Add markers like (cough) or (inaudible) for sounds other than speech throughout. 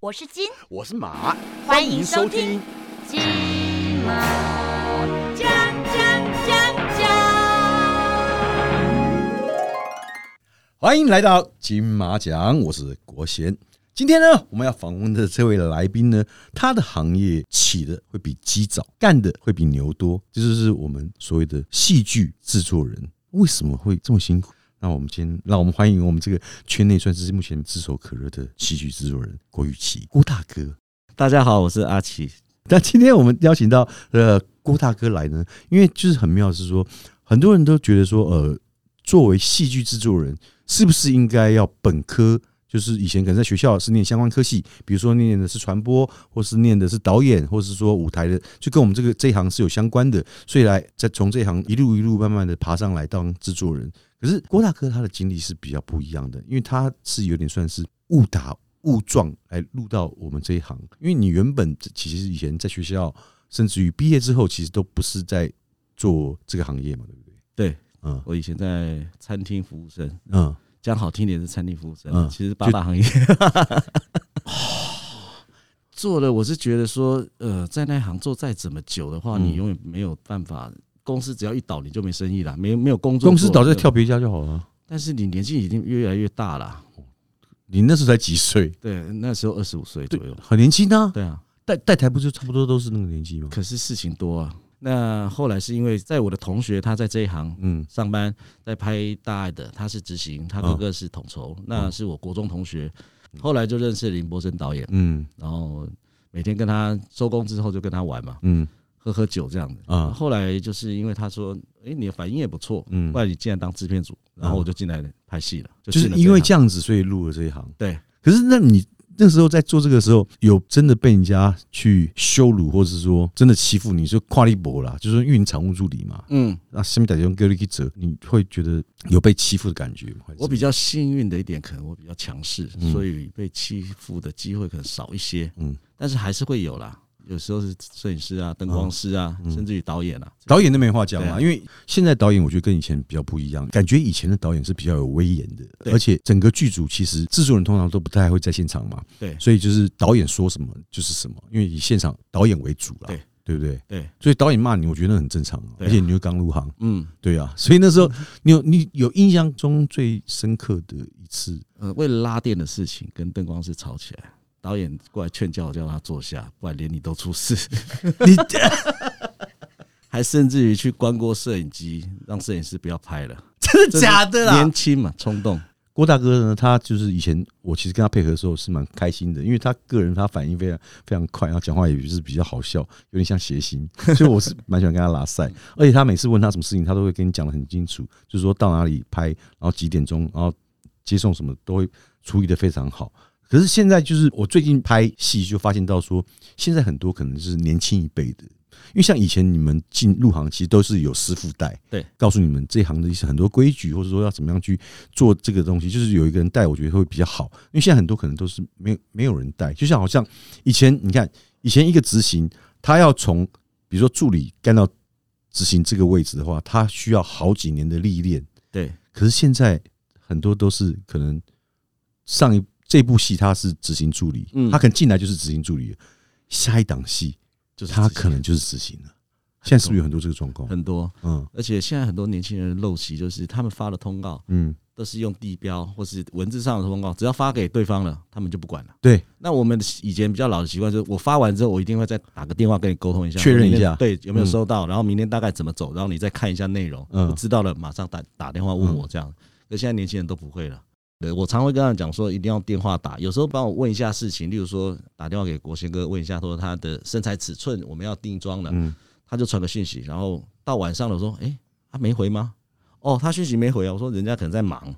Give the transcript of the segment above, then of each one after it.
我是金我是马，欢迎收听。金毛讲讲讲讲，欢迎来到金马奖，我是国贤。今天呢，我们要访问的这位来宾呢，他的行业起的会比鸡早，干的会比牛多，这就是我们所谓的戏剧制作人。为什么会这么辛苦？那我们今天，让我们欢迎我们这个圈内算是目前炙手可热的戏剧制作人郭雨琦，郭大哥。大家好，我是阿奇。那今天我们邀请到呃郭大哥来呢，因为就是很妙，是说很多人都觉得说，呃，作为戏剧制作人，是不是应该要本科？就是以前可能在学校是念相关科系，比如说念的是传播，或是念的是导演，或是说舞台的，就跟我们这个这一行是有相关的，所以来再从这一行一路一路慢慢的爬上来当制作人。可是郭大哥他的经历是比较不一样的，因为他是有点算是误打误撞来入到我们这一行。因为你原本其实以前在学校，甚至于毕业之后，其实都不是在做这个行业嘛，对不对？对嗯我以前在餐厅服务生，嗯，讲好听点是餐厅服务生，嗯其实八大行业做了，我是觉得说，呃，在那行做再怎么久的话，嗯你永远没有办法。公司只要一倒，你就没生意了，没没有工作。公司倒在跳，别家就好了。但是你年纪已经越来越大了。你那时候才几岁？对，那时候二十五岁左右。很年轻啊，对啊，带带台不就差不多都是那个年纪吗？可是事情多啊。那后来是因为在我的同学，他在这一行，嗯上班在拍大爱的，他是执行，他哥哦哥是统筹，那是我国中同学，后来就认识林柏森导演，嗯然后每天跟他收工之后就跟他玩嘛，嗯喝喝酒这样的。啊后来就是因为他说，诶，你的反应也不错，嗯不，然你进来当制片组，然后我就进来拍戏了，就就是进了因为一行这样子，所以入了这一行。对，可是那你那时候在做这个时候，有真的被人家去羞辱，或者是说真的欺负你，就跨立博啦，就是因为你常务助理嘛，嗯，那下面打用 g a r 折，你会觉得有被欺负的感觉吗？还是我比较幸运的一点，可能我比较强势，嗯所以被欺负的机会可能少一些，嗯，但是还是会有啦。有时候是摄影师啊、灯光师啊，嗯甚至于导演啊，导演都没话讲对啦，啊因为现在导演我觉得跟以前比较不一样，感觉以前的导演是比较有威严的，对而且整个剧组其实制作人通常都不太会在现场嘛，对所以就是导演说什么就是什么，因为以现场导演为主啦，对对不对？对，所以导演骂你，我觉得很正常啊，对而啊且你又刚入行，嗯，对啊，所以那时候你有你有印象中最深刻的一次，呃，为了拉电的事情跟灯光师吵起来，导演过来劝架，我叫他坐下，不然连你都出事。你 (laughs) 还甚至于去关过摄影机，让摄影师不要拍了，真这是年？轻嘛，冲动，郭大哥呢，他就是以前我其实跟他配合的时候是蛮开心的，因为他个人他反应非常非常快，然后讲话也是比较好笑，有点像谐星， (laughs) 所以我是蛮喜欢跟他拉塞。而且他每次问他什么事情，他都会跟你讲的很清楚，就是说到哪里拍，然后几点钟，然后接送什么都会处理的非常好。可是现在就是我最近拍戏就发现到说，现在很多可能是年轻一辈的，因为像以前你们进入行其实都是有师傅带，对，告诉你们这行的一些很多规矩，或者说要怎么样去做这个东西，就是有一个人带，我觉得会比较好。因为现在很多可能都是没有没有人带，就像好像以前你看，以前一个执行他要从比如说助理干到执行这个位置的话，他需要好几年的历练。对可是现在很多都是可能上一这部戏他是执行助理，嗯他可能进来就是执行助理了，下一档戏就是他自己可能就是执行了。现在是不是有很多这个状况？很多。嗯而且现在很多年轻人陋习，就是他们发了通告嗯，都是用地标或是文字上的通告，只要发给对方了，他们就不管了。对，那我们以前比较老的习惯就是，我发完之后，我一定会再打个电话跟你沟通一下，确认一明天下对，有没有收到？然后明天大概怎么走，然后你再看一下内容，嗯不知道了马上打打电话问我这样。可现在年轻人都不会了。对，我常会跟他们讲说，一定要电话打。有时候帮我问一下事情，例如说打电话给国贤哥问一下，说他的身材尺寸我们要定妆了，嗯他就传个讯息，然后到晚上了，我说，诶，他没回吗？哦，他讯息没回啊。我说人家可能在忙，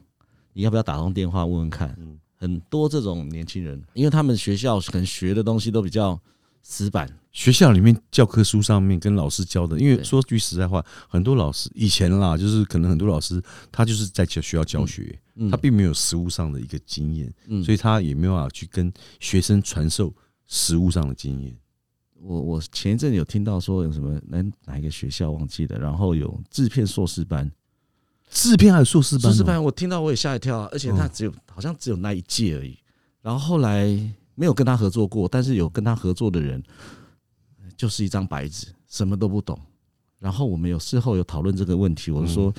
你要不要打通电话问问看？嗯很多这种年轻人，因为他们学校可能学的东西都比较死板，学校里面教科书上面跟老师教的，因为对说句实在话，很多老师以前啦，就是可能很多老师他就是在学学校教学，嗯他并没有实务上的一个经验，嗯所以他也没有办法去跟学生传授实务上的经验。我我前一阵有听到说有什么哪哪一个学校忘记了，然后有制片硕士班，制片还有硕士班、硕哦，士班我听到我也吓一跳啊，而且他只有好像只有那一届而已，然后后来没有跟他合作过，但是有跟他合作的人，就是一张白纸，什么都不懂。然后我们有事后有讨论这个问题，我就说，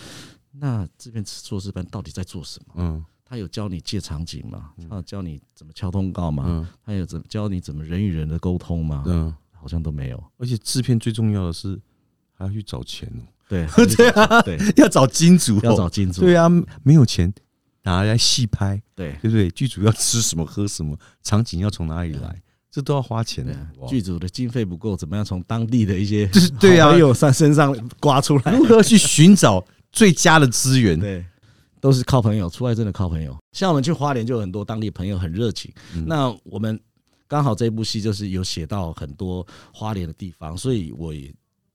那这边硕士班到底在做什么？嗯他有教你借场景吗？他有教你怎么敲通告吗？嗯他有怎么教你怎么人与人的沟通吗？嗯，好像都没有。而且制片最重要的是还要去找钱哦，对对啊对， (laughs) 要找金主哦，要找金主。对啊，没有钱拿来戏拍，对对不对？剧组要吃什么喝什么，场景要从哪里来，这都要花钱对的啊，。哇剧组的经费不够，怎么样从当地的一些就是 (laughs) 对啊好朋友上身上刮出 (laughs) 来？如何去寻找最佳的资源？对，都是靠朋友，出来真的靠朋友。像我们去花莲就有很多当地朋友很热情，嗯那我们刚好这部戏就是有写到很多花莲的地方，所以我也。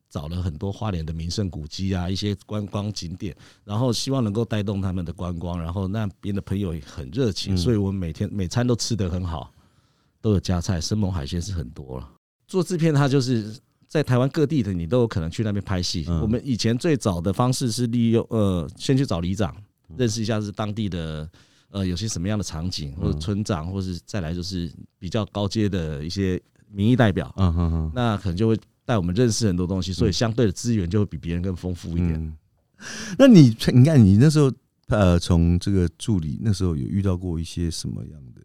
找了很多花莲的名胜古迹啊，一些观光景点，然后希望能够带动他们的观光，然后那边的朋友也很热情，嗯所以我每天每餐都吃得很好，都有加菜，生猛海鲜是很多了。做制片，它就是在台湾各地的，你都有可能去那边拍戏。嗯我们以前最早的方式是利用呃，先去找里长，认识一下是当地的呃有些什么样的场景，或者嗯村长，或是再来就是比较高阶的一些民意代表，嗯哼哼，那可能就会带我们认识很多东西，所以相对的资源就会比别人更丰富一点。嗯。那你你看，你那时候呃，从这个助理那时候有遇到过一些什么样的？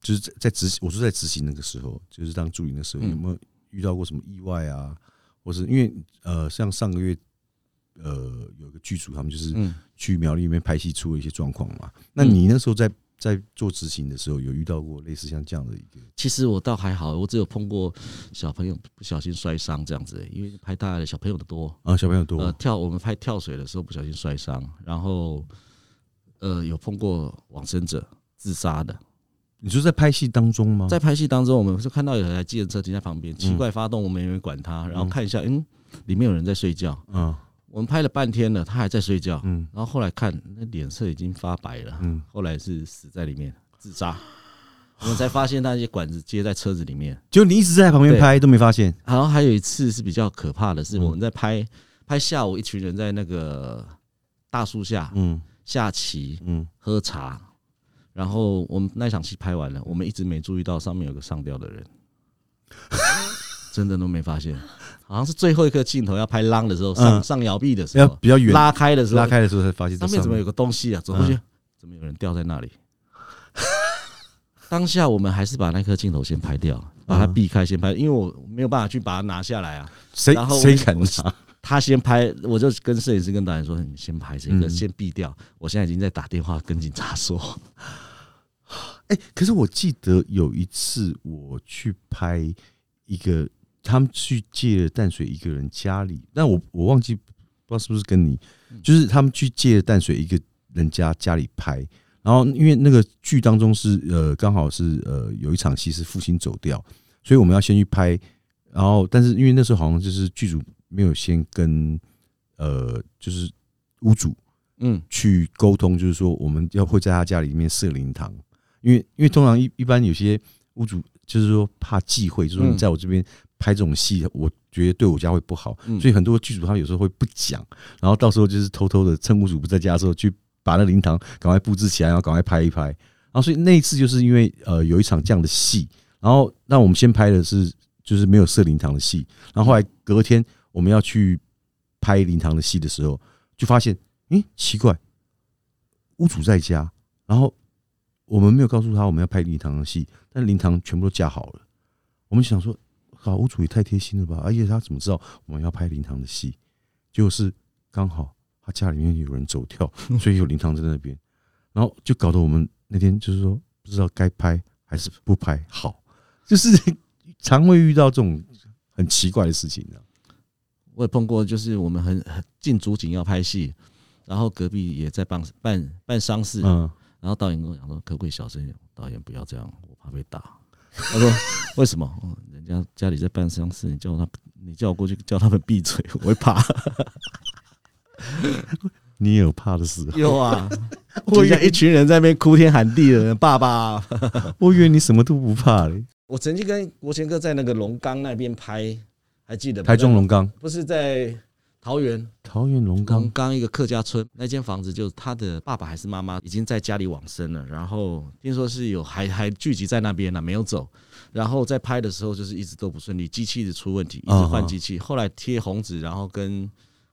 就是在在执，我说在执行那个时候，就是当助理那时候，嗯有没有遇到过什么意外啊？或是因为呃，像上个月呃，有一个剧组他们就是嗯，去苗栗那边拍戏出了一些状况嘛。那你那时候在在做执行的时候，有遇到过类似像这样的一个？其实我倒还好，我只有碰过小朋友不小心摔伤这样子、因为拍大的小朋友的多。啊，小朋友多，呃，跳我们拍跳水的时候不小心摔伤，然后呃有碰过往生者自杀的，哦你说在拍戏当中吗？在拍戏当中，我们是看到有台计程车停在旁边，奇怪发动，我们也没管它，然后嗯看一下，嗯，里面有人在睡觉，嗯我们拍了半天了，他还在睡觉，嗯然后后来看那脸色已经发白了，嗯后来是死在里面自杀，我们才发现那些管子接在车子里面，就你一直在旁边对拍都没发现，然后还有一次是比较可怕的是，嗯我们在拍拍下午，一群人在那个大树下嗯下棋，嗯喝茶，然后我们那场戏拍完了，我们一直没注意到上面有个上吊的人， (laughs) 真的都没发现，好像是最后一个镜头要拍浪的时候，上、嗯上摇臂的时要候，比较远拉开的时候，拉开的时候才发现这上面怎么有面个东西啊？走过去，嗯怎么有人掉在那里？ (laughs) 当下我们还是把那颗镜头先拍掉，把它嗯避开先拍，因为我没有办法去把它拿下来啊。谁然后我谁敢拿？他先拍，我就跟摄影师跟导演说：“你先拍这个，嗯先避掉。”我现在已经在打电话跟警察说，哎、可是我记得有一次我去拍一个，他们去借了淡水一个人家里，但我我忘记不知道是不是跟你，就是他们去借了淡水一个人家家里拍，然后因为那个剧当中是呃刚好是呃有一场戏是父亲走掉，所以我们要先去拍，然后但是因为那时候好像就是剧组没有先跟呃就是屋主嗯，去沟通，就是说我们要会在他家里面设灵堂，因为因为通常一一般有些屋主就是说怕忌讳，就是说嗯你在我这边拍这种戏，我觉得对我家会不好，嗯所以很多剧组他们有时候会不讲，然后到时候就是偷偷的趁屋主不在家的时候去把那灵堂赶快布置起来，然后赶快拍一拍。然后所以那一次就是因为呃有一场这样的戏，然后那我们先拍的是就是没有设灵堂的戏，然后后来隔天我们要去拍灵堂的戏的时候，就发现，诶、奇怪，屋主在家，然后我们没有告诉他我们要拍灵堂的戏，但灵堂全部都架好了，我们想说，好，屋主也太贴心了吧，而且他怎么知道我们要拍灵堂的戏？结果是刚好他家里面有人走 (laughs) 掉，所以有灵堂在那边，然后就搞得我们那天就是说不知道该拍还是不拍好，就是常会遇到这种很奇怪的事情啊的、 (laughs) 我也碰过，就是我们很很进主景要拍戏，然后隔壁也在办办办丧事，嗯，然后导演跟我讲说，可不可以小声一点？导演不要这样，我怕被打。他说 (laughs) 为什么？哦人家家里在办丧事，你叫他，你叫我过去叫他们闭嘴，我会怕。你也有怕的事啊、有 (laughs) 啊，我以人家一为群人在那边哭天喊地的，爸爸。我以为你什么都不怕嘞。我曾经跟国贤哥在那个龙岗那边拍，还记得吗台中龙岗，不是在桃园桃园龙龙岗，岗一个客家村那间房子，就是他的爸爸还是妈妈已经在家里往生了，然后听说是有还还聚集在那边呢，没有走。然后在拍的时候就是一直都不顺利，机器一直出问题，一直换机器。后来贴红纸，然后跟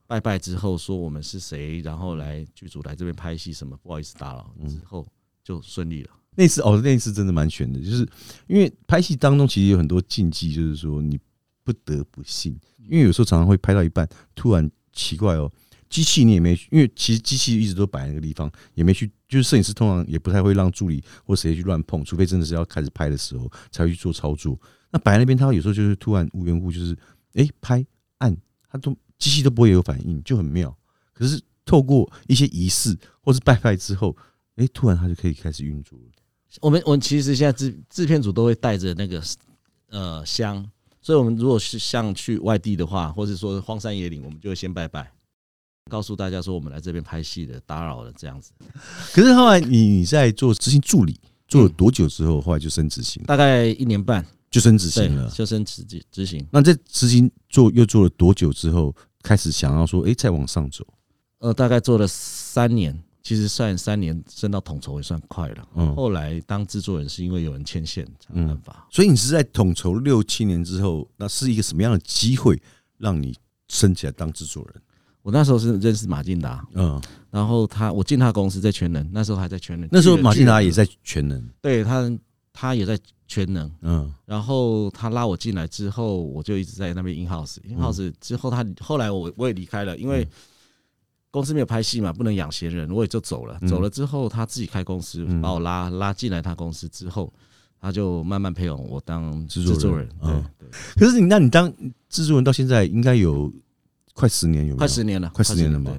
拜拜之后说我们是谁，然后来剧组来这边拍戏什么，不好意思打扰，之后就顺利了。那次哦，那次真的蛮悬的，就是因为拍戏当中其实有很多禁忌，就是说你不得不信，因为有时候常常会拍到一半，突然奇怪哦，机器你也没，因为其实机器一直都摆在那个地方，也没去，就是摄影师通常也不太会让助理或谁去乱碰，除非真的是要开始拍的时候才会去做操作。那摆在那边，他有时候就是突然无缘无故就是哎、诶拍按，他都机器都不会有反应，就很妙。可是透过一些仪式或是拜拜之后，哎、突然他就可以开始运作了。我们我们其实现在制制片组都会带着那个呃香，所以我们如果是像去外地的话，或是说荒山野岭，我们就会先拜拜，告诉大家说我们来这边拍戏的，打扰了这样子。可是后来你你在做执行助嗯理做了多久之后，后来就升执行了，大概一年半，就升执对行了，。就升执执行。那在执行做又做了多久之后，开始想要说，哎、再往上走？呃，大概做了三年，其实算三年升到统筹也算快了。嗯，后来当制作人是因为有人牵线，才有办法。所以你是在统筹六七年之后，那是一个什么样的机会让你升起来当制作人？我那时候是认识马进达，嗯，然后他我进他公司在全能，那时候还在全能，那时候去了马进达去了也在全能，对他他也在全能，嗯然后他拉我进来之后，我就一直在那边 in house in house 嗯之后他后来我我也离开了，因为公司没有拍戏嘛，不能养闲人，我也就走了。嗯走了之后他自己开公司嗯，把我拉拉进来他公司之后，他就慢慢培养我当制作制人作人，嗯对对，可是你那你当制作人到现在应该有快十年，有没有快十年了，快十年了嘛嘛。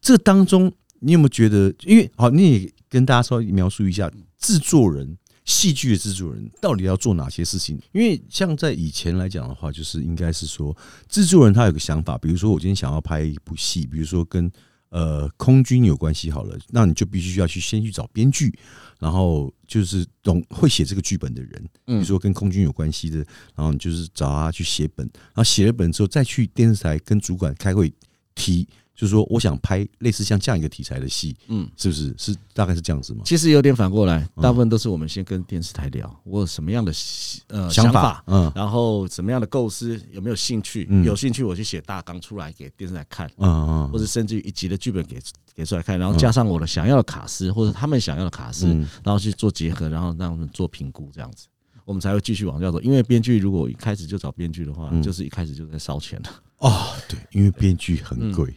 这当中，你有没有觉得？因为好，你也跟大家稍微描述一下制作人。戏剧的制作人到底要做哪些事情？因为像在以前来讲的话，就是应该是说，制作人他有个想法，比如说我今天想要拍一部戏，比如说跟呃空军有关系好了，那你就必须要去先去找编剧，然后就是懂会写这个剧本的人，比如嗯说跟空军有关系的，然后你就是找他去写本，然后写了本之后再去电视台跟主管开会提，就是说我想拍类似像这样一个题材的戏，嗯，是不是？是大概是这样子吗？其实有点反过来，嗯大部分都是我们先跟电视台聊，我有什么样的喜呃法，嗯然后怎么样的构思，有没有兴趣？嗯有兴趣我去写大纲出来给电视台看，嗯嗯或者甚至于一集的剧本给给出来看，然后加上我的想要的卡司或者他们想要的卡司，嗯，然后去做结合，然后让他们做评估，这样子。我们才会继续往下走，因为编剧如果一开始就找编剧的话，嗯就是一开始就在烧钱了。哦，对，因为编剧很嗯贵。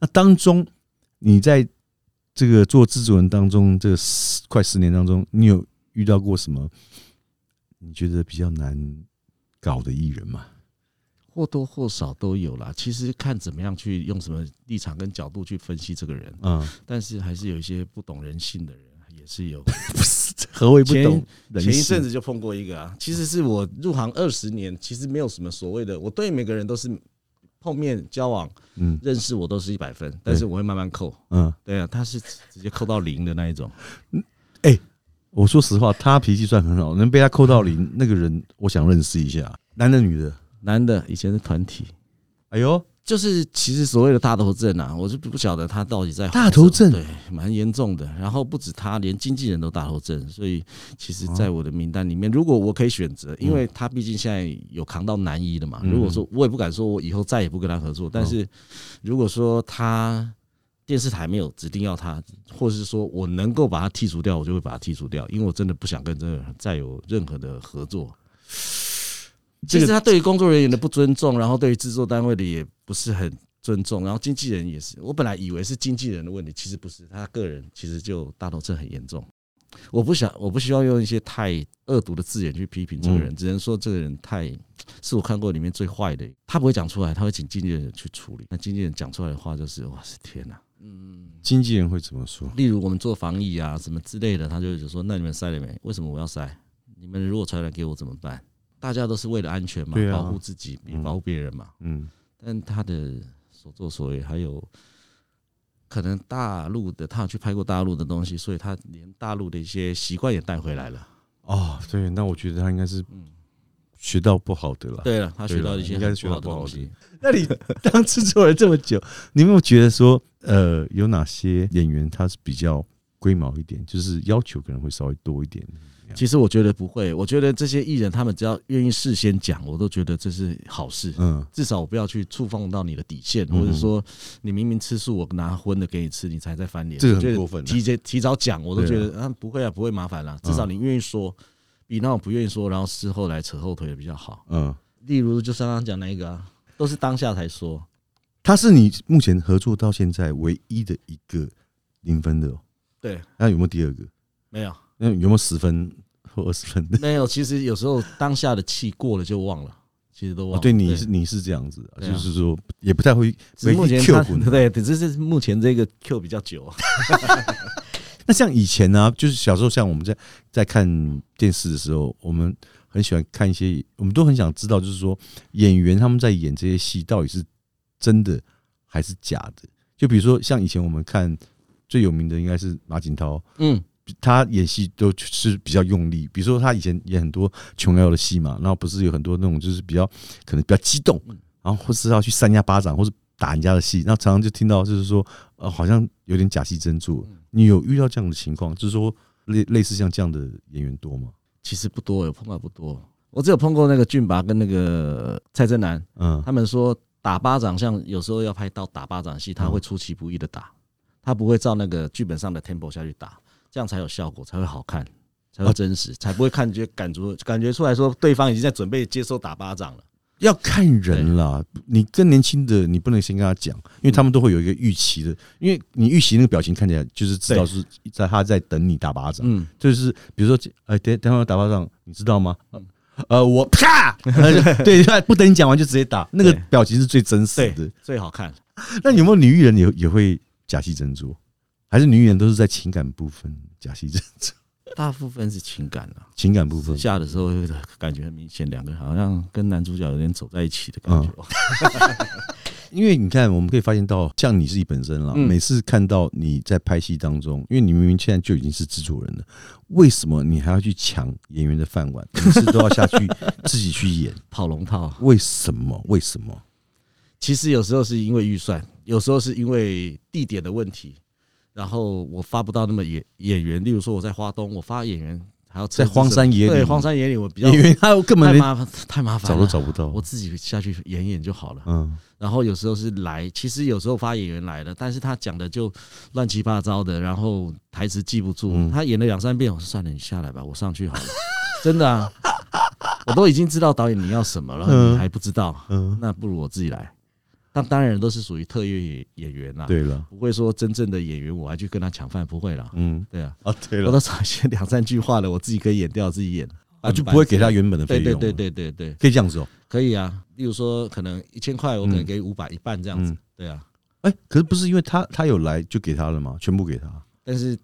那当中你在这个做制作人当中，这个十快十年当中，你有遇到过什么你觉得比较难搞的艺人吗？ (laughs) 或多或少都有啦，其实看怎么样去用什么立场跟角度去分析这个人，嗯，但是还是有一些不懂人性的人也是有。不是何为不懂人前一性阵子就碰过一个啊，其实是我入行二十年，其实没有什么所谓的，我对每个人都是碰面交往嗯认识，我都是一百分，但是我会慢慢扣。嗯，对啊，他是直接扣到零的那一种。我说实话，他脾气算很好，能被他扣到零，那个人我想认识一下，男的女的？男的以前是团体，哎呦，就是其实所谓的大头症啊，我就不晓得他到底在大头症对，蛮严重的。然后不止他，连经纪人都大头症，所以其实哦在我的名单里面，如果我可以选择，因为他毕竟现在有扛到男一的嘛，嗯哦如果说我也不敢说我以后再也不跟他合作，但是如果说他。电视台没有指定要他，或者是说我能够把他剔除掉，我就会把他剔除掉，因为我真的不想跟这个人再有任何的合作。这其个实他对于工作人员的不尊重，然后对于制作单位的也不是很尊重，然后经纪人也是，我本来以为是经纪人的问题，其实不是，他个人其实就大头症很严重。我不想，我不希望用一些太恶毒的字眼去批评这个人，只能说这个人太是我看过里面最坏的。他不会讲出来，他会请经纪人去处理。那经纪人讲出来的话就是，哇塞，天哪、经纪人会怎么说？例如我们做防疫啊什么之类的，他就就说：“那你们塞了没？为什么我要塞？你们如果传染给我怎么办？大家都是为了安全嘛对，啊保护自己比嗯保护别人嘛。嗯，但他的所作所为，还有可能大陆的，他有去拍过大陆的东西，所以他连大陆的一些习惯也带回来了。哦，对，那我觉得他应该是学到不好的了。嗯对了，他学到一些啊应该是学很到不不好的好东的西。 (laughs) 那你当制作人这么久，你有没有觉得说，呃，有哪些演员他是比较龟毛一点，就是要求可能会稍微多一点？其实我觉得不会，我觉得这些艺人他们只要愿意事先讲，我都觉得这是好事。嗯至少我不要去触碰到你的底线，嗯或者说你明明吃素，我拿荤的给你吃，你才在翻脸，这个很我觉得过分啊提前提早讲，我都对觉啊得啊不会啊，不会麻烦啦。至少你愿意说，比那种不愿意说，然后事后来扯后腿的比较好。嗯，例如就是刚刚讲那一个啊，都是当下才说，他是你目前合作到现在唯一的一个零分的、哦，对，那有没有第二个？没有那有没有十分或二十 (laughs) 分的？没有。其实有时候当下的气过了就忘了，其实都忘了。啊对，你是你是这样子啊，对啊就是说也不太会只没是目前 Q 他滚。对，只是目前这个 Q 比较久。啊那像以前呢、就是小时候像我们在在看电视的时候，我们很喜欢看一些，我们都很想知道，就是说演员他们在演这些戏到底是真的还是假的。就比如说像以前我们看最有名的应该是马景涛，嗯，他演戏都是比较用力，比如说他以前演很多琼瑶的戏嘛，然后不是有很多那种就是比较可能比较激动，然后或是要去扇人家巴掌或是打人家的戏，那常常就听到就是说呃好像有点假戏真做。你有遇到这样的情况，就是说类类似像这样的演员多吗？其实不多，有碰到不多。我只有碰过那个俊拔跟那个蔡振南，嗯他们说打巴掌，像有时候要拍到打巴掌戏，他会出其不意的打，他不会照那个剧本上的 tempo 下去打，这样才有效果，才会好看，才会真实，才不会看觉感觉感觉出来说对方已经在准备接受打巴掌了。要看人啦，你跟年轻的你不能先跟他讲，因为他们都会有一个预期的，因为你预期那个表情看起来就是知道对是在他在等你打巴掌。嗯，就是比如说，呃，等等会儿打巴掌，你知道吗？嗯呃，我 (laughs) (laughs) 啪，呃对，不等你讲完就直接打，那个对表情是最真实的。最好看。那有没有女艺人也也会假戏真做？还是女艺人都是在情感部分假戏真 (laughs) 做？大部分是情感 (laughs) 啊，情感部分，下的时候会感觉很明显，两个人好像跟男主角有点走在一起的感觉。因为你看，我们可以发现到，像你自己本身啦，嗯每次看到你在拍戏当中，因为你明明现在就已经是制作人了，为什么你还要去抢演员的饭碗？每次都要下 (laughs) 去自己去演，跑龙套，为什么？为什么？其实有时候是因为预算，有时候是因为地点的问题，然后我发不到那么演演员，例如说我在花东，我发演员还要在荒山野岭对荒山野岭，我比较演员他根本太连麻烦太麻烦找了，都找不到。我自己下去演演就好了。嗯然后有时候是来，其实有时候发演员来了，但是他讲的就乱七八糟的，然后台词记不住，嗯他演了两三遍，我说算了，你下来吧，我上去好了， (laughs) 真的啊，我都已经知道导演你要什么了，嗯你还不知道，嗯，那不如我自己来。那当然都是属于特约演演员啦，对了，不会说真正的演员我还去跟他抢饭，不会啦，嗯对啊，啊，对我，都少写两三句话了，我自己可以演掉，自己演，啊就不会给他原本的费对用，对对，对对对，可以这样子哦。可以啊。例如说，可能一千块，我可能嗯给五百一半这样子嗯，对啊。哎，可是不是因为他他有来就给他了吗？全部给他，但是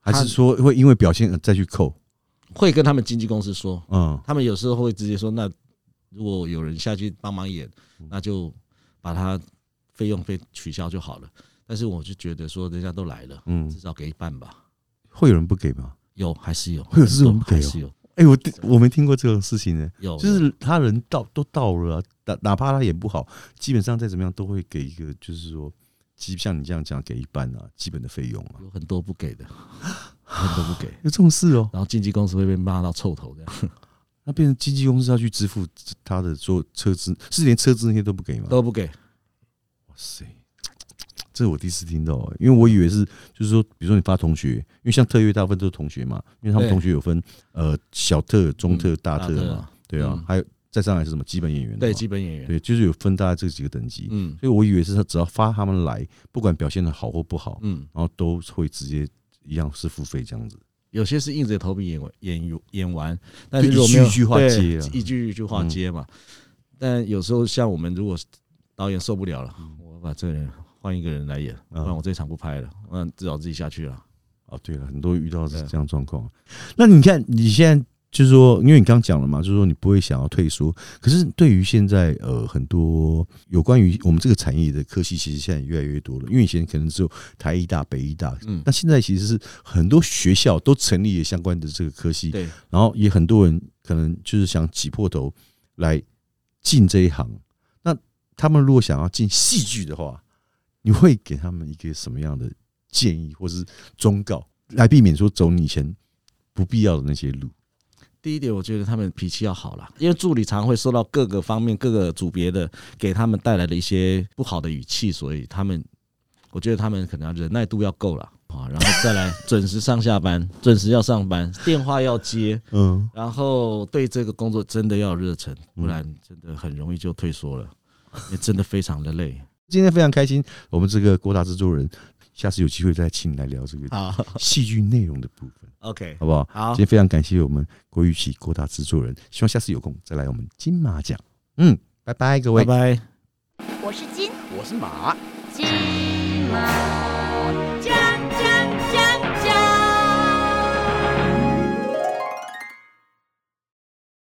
还他是说会因为表现呃而再去扣？会跟他们经纪公司说，嗯他们有时候会直接说，那如果有人下去帮忙演，嗯那就把他费用费取消就好了。但是我就觉得说，人家都来了，嗯至，少给一半吧。会有人不给吗？有还是 (laughs) 有，会有这种不给哦还是有，哎，我我没听过这种事情呢，有就是他人到都到了啊，哪哪怕他演不好，基本上再怎么样都会给一个，就是说。基像你这样讲，给一半啊，基本的费用啊，有很多不给的，很多不给，有这种事哦。然后经纪公司会被骂到臭头这 (laughs) 样，那变成经纪公司要去支付他的做车资，是连车资那些都不给吗？都不给。哇塞，这我第一次听到、欸，因为我以为是就是说，比如说你发同学，因为像特约大部分都是同学嘛，因为他们对同学有分呃小特、中特、嗯大特大特嘛，对啊嗯，还有再上来是什么基本演员嘛，对，基本演员，对，就是有分大概这几个等级，嗯所以我以为是他只要发他们来，不管表现的好或不好，嗯，然后都会直接一样是付费这样子，有些是硬着头皮演完演演完，但是就一如果没有句一句话对接啊一句一句话接嘛。但有时候像我们，如果导演受不了了，我把这个人换一个人来演，不嗯然我这场不拍了，那至少自己下去了。哦，对了，很多遇到是对这样状况。那你看你现在就是说，因为你刚讲了嘛，就是说你不会想要退缩。可是对于现在呃很多有关于我们这个产业的科系，其实现在越来越多了。因为以前可能只有台医大、北医大，嗯那现在其实是很多学校都成立了相关的这个科系，对，然后也很多人可能就是想挤破头来进这一行。那他们如果想要进戏剧的话，你会给他们一个什么样的建议或是忠告，来避免说走你以前不必要的那些路？第一点，我觉得他们脾气要好啦，因为助理常会受到各个方面、各个组别的给他们带来的一些不好的语气，所以他们，我觉得他们可能忍耐度要够了啊，然后再来准时上下班，准时要上班，电话要接，嗯，然后对这个工作真的要有热忱，不然真的很容易就退缩了，也真的非常的累。今天非常开心，我们这个郭大制作人，下次有机会再请你来聊这个好戏剧内容的部分， ，OK，好不好？好今，天非常感谢我们郭玉琪郭大制作人，希望下次有空再来我们金马奖。嗯，拜拜各位拜。拜。我是金我是马。金马。